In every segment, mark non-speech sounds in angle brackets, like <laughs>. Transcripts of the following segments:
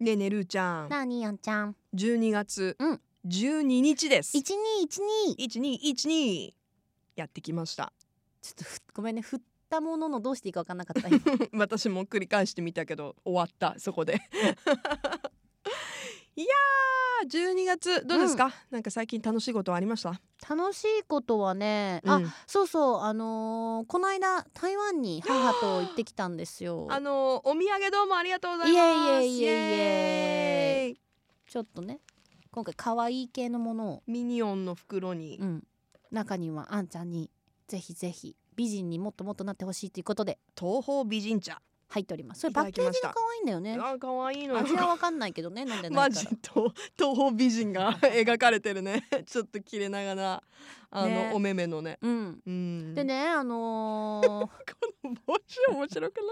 ねえねるーちゃんなあにーやんちゃん12月うん12日です、一二一二1212やってきました <laughs> ちょっとふごめんね振ったもののどうしていいか分かんなかった今私も繰り返してみたけど終わったそこで <laughs> いやー12月どうですか、なんか最近楽しいことはありました <laughs> 楽しいことはね、うあんそうそうあのーこの間台湾に母と行ってきたんですよあのお土産どうもありがとうございますいえいえいえイエーイちょっとね今回可愛い系のものをミニオンの袋に、うん中にはあんちゃんにぜひぜひ美人にもっともっとなってほしいということで東方美人茶入っておりますそれいたパだッきケまーしジたが可愛いんだよねあ可愛いのよ味は分かんないけどね飲んでなマいかジらと <laughs> 東方美人 <laughs> が描かれてるね <laughs> ちょっと切れながらあの、ねお目目のねうんうんでねあのー、この帽 <laughs> 子面白くない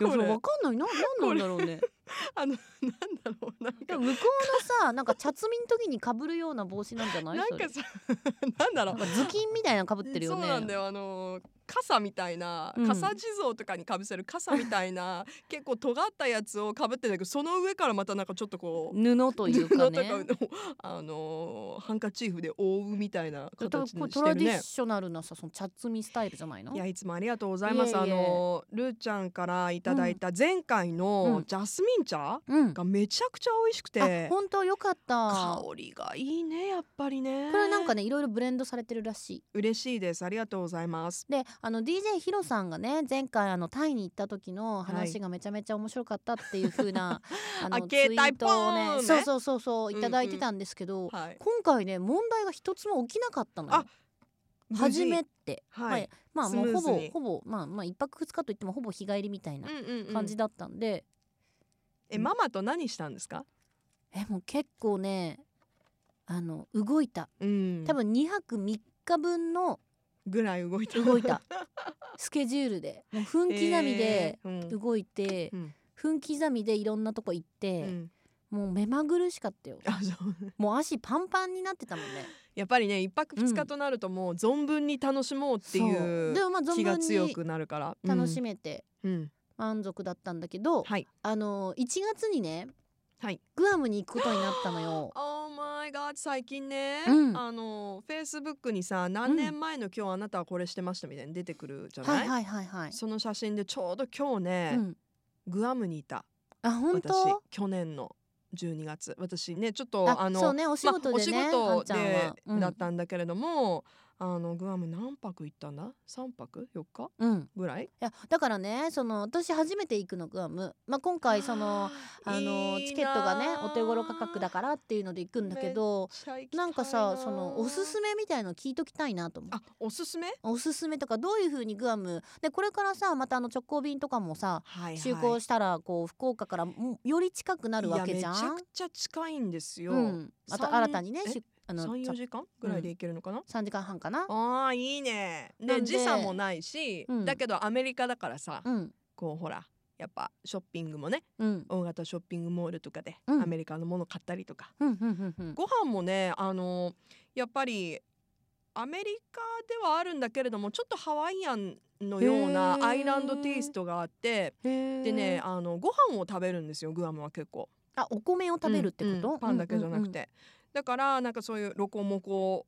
いやこそれれ分かんないな何なんだろうねあのなんだろうなんでかも向こうのさなんか茶摘みの時にかぶるような帽子なんじゃないなんそれかさ <laughs> なんだろなんうか頭巾みたいなのかぶってるよねそうなんだよあの傘みたいなうん傘地蔵とかにかぶせる傘みたい <laughs> な、結構尖ったやつをかぶってんだけどその上からまたなんかちょっと <laughs> こう布というか <laughs> ね布とかをあのハンカチーフで覆うみたいな多分形こにしてれトラるディねショナルなさその茶摘みスタイルじゃないのいやいつもありがとうございますいえいえあのルーちゃんからいただいた前回うのんジャスミン茶うんがめちゃくちゃ美味しくあて、本当よかった香りがいいねやっぱりねこれなんかねいろいろブレンドされてるらしい嬉しいですありがとうございますであの DJ ヒロさんがね前回あのタイに行った時のはい話がめちゃめちゃ面白かったっていう風な <laughs> あのあ携帯ツイートをポーンねねそうそうそうそううんいただいてたんですけど、はい今回ね問題が一つも起きなかったのよ無事初めて、はいまあスもムうーほズぼにほぼまあまあ一泊二日といってもほぼ日帰りみたいなうんうんうん感じだったんで、えママと何したんですかえもう結構ねあの動いたうん多分2泊3日分のぐらい動いた動い <laughs> たスケジュールでもう分刻みえでーうん動いて、うん分刻みでいろんなとこ行っうて、んもう目まぐるしかったよあそう <laughs> もう足パンパンになってたもんねやっぱりね一泊二う日んとなるともう存分に楽しもうってそういでうもまあ気存が分強にくなるから楽しめてうんうん満足だったんだけど、はいあの1月にね、はいグアムに行くことになったのよ Oh my god 最近ね、うんあのフェイスブックにさ何年前の今日あなたはこれしてましたみたいに出てくるじゃない、はいはいはいはい、その写真でちょうど今日ね、うん、グアムにいたあ本私当去年の12月私ねちょっとああのそうねお仕事でね、まあ、あお仕事んちゃんでは、うん、だったんだけれども、あのグアム何泊行ったんだ3泊4日うんいぐらいやだからねその私初めて行くのグアム、まあ、今回そのあのチケットがねお手頃価格だらからっていうので行くんだけどなんかさそのおすすめみたいの聞いときたいなと思うあおすすめおすすめとかどういう風にグアムでこれからさまたあの直行便とかもさはい、はい、就航したらこう福岡からもより近くなるわけじゃいやめちゃんくちゃ近いんですよ、うん、あと三新たにねえしあの34ちょ時間ぐらいで行けるのかな、 3時間半かなあーいいねなでんで時差もないし、うんだけどアメリカだからさ、うんこうほらやっぱショッピングもねうん大型ショッピングモールとかでうんアメリカのもの買ったりとか、うんうんうんうんご飯もねあのやっぱりアメリカではあるんだけれどもちょっとハワイアンのようへなーアイランドテイストがあってででねあのご飯を食べるんですよグアムは結構。あお米を食べるってこと、うんうんパンだけじゃなくて、うんだからなんかそういうロコモコ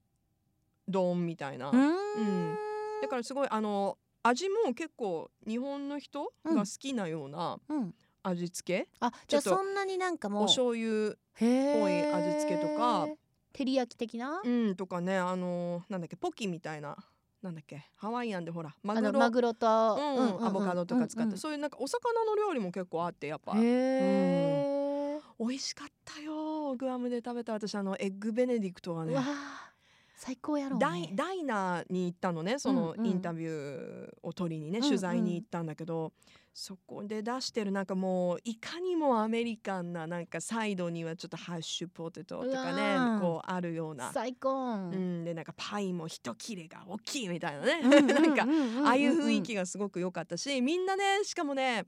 丼みたいな、うんううんんうだからすごいあの味も結構日本の人が好きなようなーんうん味付け、あじゃあちょっとそんなになんかもうお醤油ぽぽい味付けとか照り焼き的な、うんとかねあのなんだっけポキみたいななんだっけハワイアンでほらマあグのロマグロと、ううんんうんうんアボカドとか使って、うんうんそういうなんかお魚の料理も結構あってやっぱへえ、美味しかったよグアムで食べた私あのエッグベネディクトがうねわあ最高やろうダイね。ダイナーに行ったのねそのうんうんインタビューを取りにね、うんうん取材に行ったんだけど、そこで出してるなんかもういかにもアメリカンななんかサイドにはちょっとハッシュポテトとかうわねーこうあるような、最高。うん、でなんかパイも一切れが大きいみたいなね、うんうんなんかう。んうんああいう雰囲気がすごく良かったしみんなねしかもね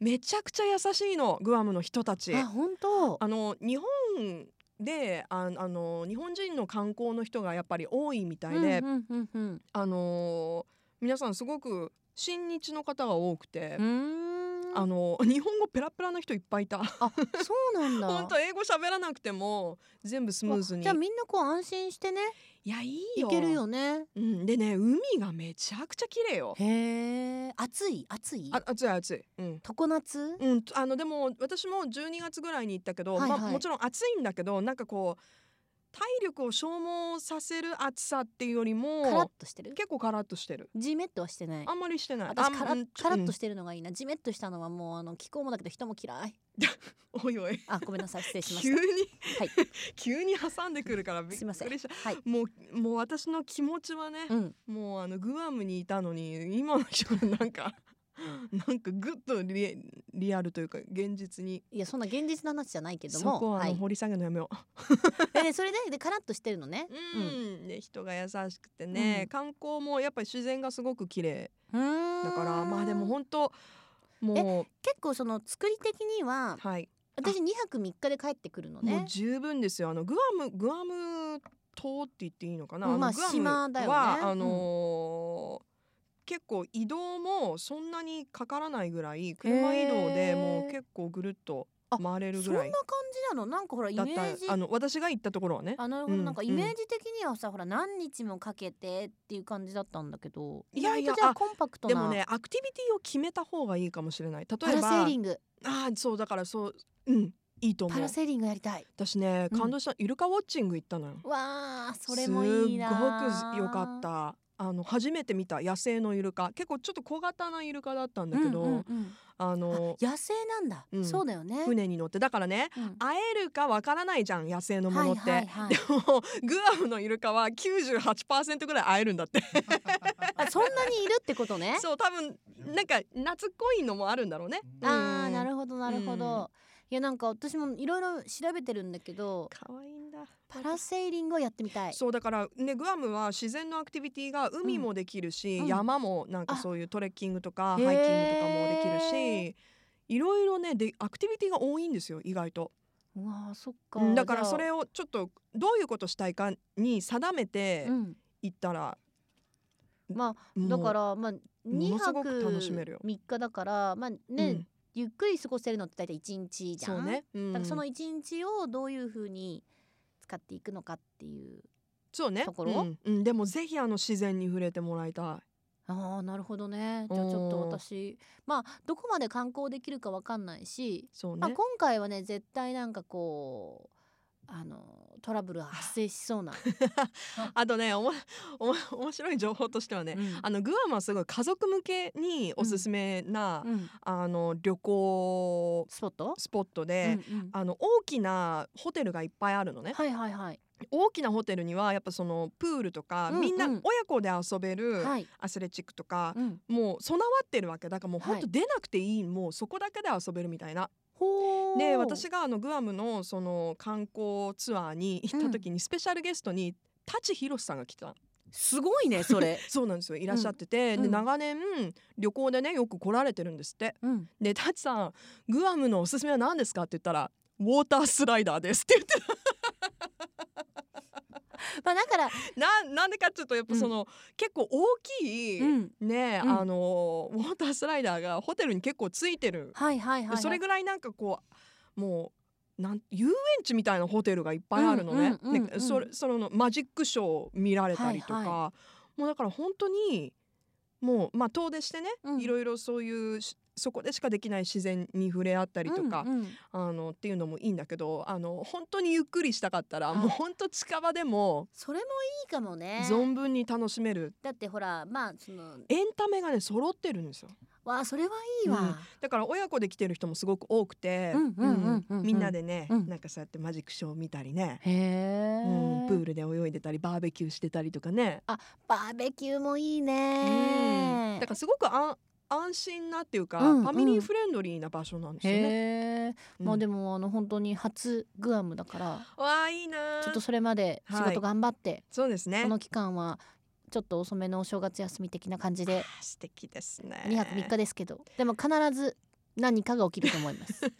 めちゃくちゃ優しいのグアムの人たち。あ本当。あの日本でああの日本人の観光の人がやっぱり多いみたいで、うんうんうんあの皆さんすごく親日の方が多くてう、ん。うーんあの日本語ペラペラな人いっぱいいたあそうなんだ <laughs> 本当英語喋らなくても全部スムーズにじゃあみんなこう安心してねいやいい行よける、よねうん、でね海がめちゃくちゃ綺麗よへえ暑い暑いあ暑い暑いうん常夏うん、あのでも私も12月ぐらいに行ったけど、はいはいまあ、もちろん暑いんだけどなんかこう体力を消耗させる暑さっていうよりカラッもとしてる結構カラッとしてるジメッとはしてないあんまりしてない私カあラんうッんカラッとうしてるのがいいなジメッとしたのはもうあの気候もだけど人も嫌いんおいおいあごめんなさい失礼し <laughs> ま急しに、はい急に挟んでくるからびっすいませんくりしたたはいもうもう私の気持ちはね、うんもうあのグアムにいたのに今の人がなんかなんかぐっとリリアルというか現実にいやそんな現実の話じゃないけどそもこはあはのい、掘り下げるのやめよう。でそれででカラッとしてるのねうん、で人が優しくてね、うん観光もやっぱり自然がすごく綺麗うーんだからまあでも本当も結構その作り的にはうはい、私2泊3日で帰ってくるのもうね十分ですよあのグアムグアム島って言っていいのかな、うんまあのグアム島だよねはあのー結構移動もそんなにかからないぐらい車移動へでーもう結構ぐるっとあ回れるそぐんなら感いじなのなんかほらイメだっージたあの私が行ったところはねあなるほうど、んなんかイメージ的にはさ、ほら何日もかけてっていう感じだったんだけどいやいや意外とじゃああコンパクトなでもねアクティビティを決めた方がいいかもしれない例パえばラセーリングああそうだからそううんいいと思パうラセーリングやりたい私ねうん感動した、イルカウォッチング行ったのよわあそれもいいなーすっごくよかったあの初めて見た野生のイルカ結構ちょっと小型なイルカだったんだけど、うんうんうんああの野生なんだ、うんそうだよね、船に乗ってだからねうん会えるかわからないじゃん野生のものって、はいはいはいでも <laughs> グアムのイルカは98%ぐらい会えるんだってあそんなにいるってことねそう多分なんか懐っこいのもあるんだろうねああなほるほどなるほど、いやなんか私もいろいろ調べてるんだけどど可愛いんだパラセーリングをやってみたいそうだからねグアムは自然のアクティビティが海もできるし、うん山もなんかあそういうトレッキングとかハイへーキングとかもできるし。いろいろねでアクティビティが多いんですよ意外とうわあそっかうんだからじゃあそれをちょっとどういうことしたいかに定めてうんいったら、まもうだからまあ2のすご泊く楽しめるよ3日だからまあね、うんゆっくり過ごせるのって大体1日じゃんそうね、うんだからその1日をどういうふうに使っていくのかっていうそうねところうんうんでもぜひあの自然に触れてもらいたあーなるほどねじゃあちょっと私まあどこまで観光できるかわかんないし、いそうまあ、ね今回はね絶対なんかこうあのトラブルが発生しそうな、あとねおも <laughs> おも面白い情報としてはね、 <laughs> うんあのグアムはすごい家族向けにおすすめな、うんあの旅行スポット、スポットうんで、うんあの大きなホテルがいっぱいあるのね、はいはいはい大きなホテルにはやっぱそのプールとか、うんみんなうん親子で遊べるはい、アスレチックとか、うん、もう備わってるわけだからもうほんとは出なくていい、もうそこだけで遊べるみたいな。ほーで私があのグアムのその観光ツアーに行った時にスペシャルゲストに舘ひろしさんが来た、すごいねそれそうなんですよいらっしゃってて、うんうでん長年旅行でねよく来られてるんですって。 <laughs> うん、でタチさんグアムのおすすめは何ですかって言ったらウォータースライダーですって言ってまあだから、ななんでかっていうとやっぱその、結構大きい、ん、ね、うんあのウォータースライダーがホテルに結構ついてる、はいはいはい、はい、それぐらいなんかこうもうなん遊園地みたいなホテルがいっぱいあるのね、うんうんうんうんでそれそのマジックショー見られたりとか、はいはもうだから本当にもうまあ遠出してね、うんいろいろそういうしそこでしかできない自然に触れ合ったりとか、うんうんあのっていうのもいいんだけどあの本当にゆっくりしたかったら、はいもう本当近場でもそれもいいかもね。存分に楽しめる、だってほらまあそのエンタメがね揃ってるんですよわあそれはいいわ。だから親子で来てる人もすごく多くてうんうんうんうんうんみんなでね、うんなんかそうやってマジックショーを見たりね、へえうん、プールで泳いでたりバーベキューしてたりとかね、バーベキューもいいうんね。だからすごくあん安心なっていうか、うんうんファミリーフレンドリーな場所なんですよね。へえ、うんまあでもあの本当に初グアムだから、わあいいなあちょっとそれまで仕事頑張って、そうですねこの期間はちょっと遅めのお正月休み的な感じあーで素敵ですね2泊3日ですけど、でも必ず何かが起きると思いま <laughs> す。今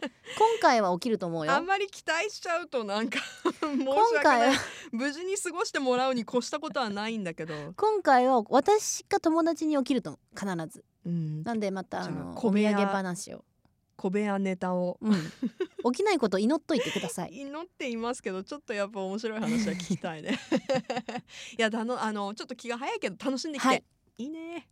回は起きると思うよ。あんまり期待しちゃうとなん <laughs> か申し今訳な回いは無事に過ごしてもらうに越したことはないんだ <laughs> けど、今回は私か友達に起きると思う必ずうん、なんでまたあじゃあのお土米産屋話を小部屋ネタをうん、起きないこと祈っといてください。祈っていますけどちょっとやっぱ面白い <laughs> 話は聞きたいねいやだのあのちょっと気が早いけど楽しんできて、はいい、いね